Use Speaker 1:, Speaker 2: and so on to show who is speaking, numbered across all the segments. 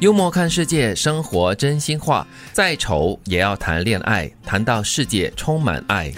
Speaker 1: 幽默看世界，生活真心话，再丑也要谈恋爱，谈到世界充满爱，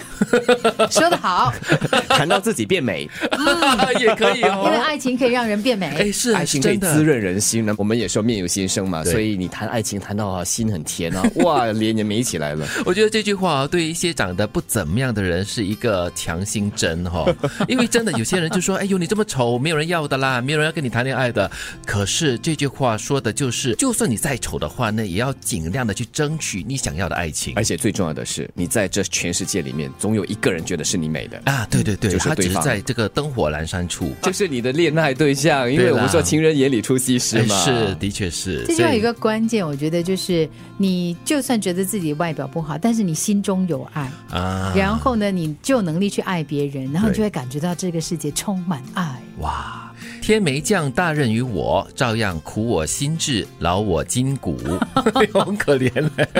Speaker 2: 说得好，
Speaker 3: 谈到自己变美，
Speaker 1: 也可以
Speaker 2: 嗯因为
Speaker 1: 哦。
Speaker 2: 爱情可以让人变美。
Speaker 1: 哎，是
Speaker 3: 爱
Speaker 1: 是
Speaker 3: 情可以
Speaker 1: 真
Speaker 3: 滋
Speaker 1: 的，
Speaker 3: 润人心呢。我们也说面有心生嘛，
Speaker 1: 对
Speaker 3: 所以你谈爱情谈到啊心很甜啊， 哇，脸也美起来了。
Speaker 1: 我觉得这句话啊对一些长得不怎么样的人是一个强心针哈、因为真的有些人就说，哎呦你这么丑，没有人要的啦，没有人要跟你谈恋爱的。可是这句话说的就是，就算你再丑的话呢，也要尽量的去争取你想要的爱情
Speaker 3: 而且最重要的是，你在这全世界里面，总有一个人觉得是你美的。
Speaker 1: 啊。对对对，
Speaker 3: 就是
Speaker 1: 他只
Speaker 3: 对
Speaker 1: 是
Speaker 3: 方
Speaker 1: 在这个灯火阑珊处。
Speaker 3: 就是你的恋爱对象，因为
Speaker 1: 对啦
Speaker 3: 我们说情人眼里出西施
Speaker 1: 哎
Speaker 3: 嘛。
Speaker 1: 是，的确是。
Speaker 2: 这就有
Speaker 1: 所以
Speaker 2: 一个关键，我觉得就是你就算觉得自己外表不好，但是你心中有爱，
Speaker 1: 啊，
Speaker 2: 然后呢，你就有能力去爱别人，然后你
Speaker 1: 对
Speaker 2: 就会感觉到这个世界充满爱。
Speaker 1: 哇，天没降大任于我，照样苦我心志，劳我筋 骨，很可怜嘞。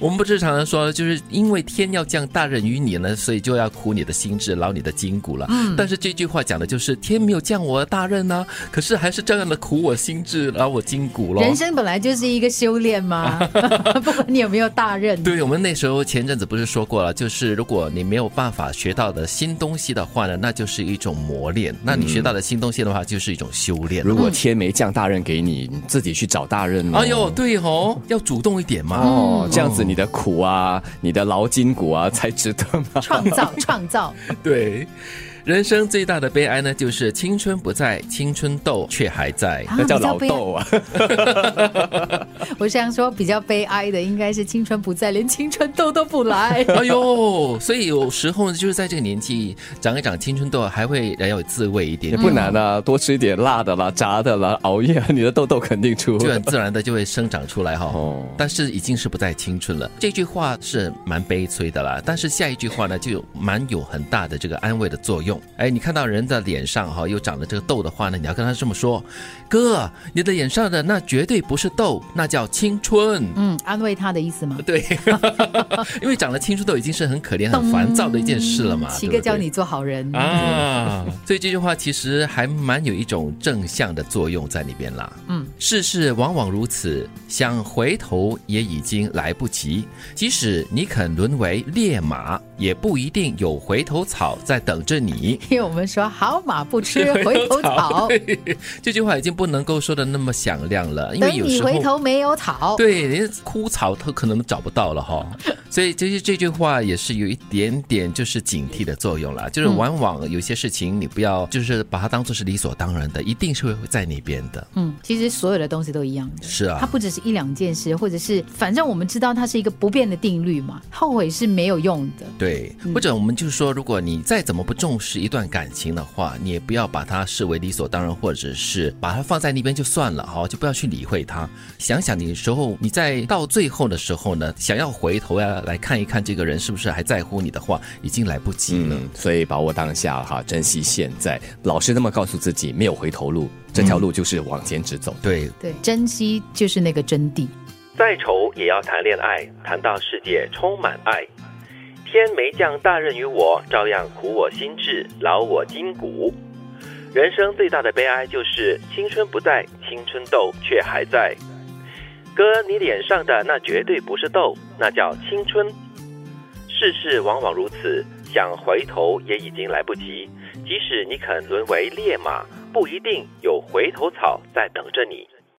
Speaker 1: 我们不是常常说，就是因为天要降大任于你呢，所以就要苦你的心智，劳你的筋骨了。
Speaker 2: 嗯
Speaker 1: 但是这句话讲的就是天没有降我的大任呢、可是还是照样的苦我心智，劳我筋骨咯。
Speaker 2: 人生本来就是一个修炼嘛， 不管你有没有大任，
Speaker 1: 对我们那时候前阵子不是说过了，就是如果你没有办法学到的新东西的话呢，那就是一种磨练；那你学到的新东西的话，就是一种修炼。
Speaker 3: 如果天没降大任给你，你自己去找大任哦。
Speaker 1: 哎呦，对哦，要主动一点嘛。
Speaker 3: 哦，这样子你的苦啊，你的劳筋骨啊， 才值得嘛。
Speaker 2: 创造创造。
Speaker 1: 对，人生最大的悲哀呢，就是青春不在，青春痘却还 在。
Speaker 2: 啊
Speaker 3: 那叫
Speaker 2: 比较
Speaker 3: 老
Speaker 2: 悲哀
Speaker 3: 豆啊，
Speaker 2: 我想说，比较悲哀的应该是青春不在，连青春痘都 不来。
Speaker 1: 哎呦，所以有时候就是在这个年纪长一长青春痘，还会呃要有自慰一
Speaker 3: 也
Speaker 1: 点，
Speaker 3: 不难啊，多吃一点辣的啦、炸的啦，熬夜啊，你的痘痘肯定出。
Speaker 1: 就很自然的就会生长出来哈、
Speaker 3: 哦
Speaker 1: 但是已经是不再青春了。这句话是蛮悲催的啦，但是下一句话呢，就有蛮有很大的这个安慰的作用。哎，你看到人的脸上哈、又长了这个痘的话呢，你要跟他这么说：“哥，你的脸上的那绝对不是痘，那叫青春。
Speaker 2: 嗯，安慰他的意思吗？
Speaker 1: 对， 因为长了青春痘已经是很可怜、很烦躁的一件事了嘛。
Speaker 2: 七
Speaker 1: 对
Speaker 2: 哥
Speaker 1: 不对
Speaker 2: 教你做好人，
Speaker 1: 啊，所以这句话其实还蛮有一种正向的作用在里边啦。
Speaker 2: 嗯，
Speaker 1: 世事往往如此，想回头也已经来不及。即使你肯沦为烈马，也不一定有回头草在等着你。
Speaker 2: 因为我们说好马 不吃啊回头草，
Speaker 1: 对这句话已经不能够说的那么响亮了，因
Speaker 2: 等
Speaker 1: 为有
Speaker 2: 你
Speaker 1: 时
Speaker 2: 回
Speaker 1: 候。
Speaker 2: 头没有草。
Speaker 1: 对，连枯草都可能找不到了哈。所以其实这句话也是有一点点就是警惕的作用啦，就是往往有些事情你不要就是把它当做是理所当然的，一定是会在那边的。
Speaker 2: 嗯，其实所有的东西都一样的。
Speaker 1: 是啊
Speaker 2: 它不只是一两件事，或者是反正我们知道它是一个不变的定律嘛，后悔是没有用的。
Speaker 1: 对，或者我们就说，如果你再怎么不重视一段感情的话，你也不要把它视为理所当然，或者是把它放在那边就算了哈，就不要去理会它。想想你时候，你在到最后的时候呢，想要回头呀、来看一看这个人是不是还在乎你的话，已经来不及了。
Speaker 3: 嗯，所以把握当下哈，珍惜现在。老是那么告诉自己，没有回头路，这条路就是往前直走。
Speaker 1: 对，
Speaker 2: 对，珍惜就是那个真谛。
Speaker 4: 再丑也要谈恋爱，谈到世界充满爱。天没降大任于我，照样苦我心志，劳我筋骨。人生最大的悲哀就是青春不在，青春痘却还在。哥，你脸上的那绝对不是痘，那叫青春。世事往往如此，想回头也已经来不及。即使你肯沦为烈马，不一定有回头草在等着你。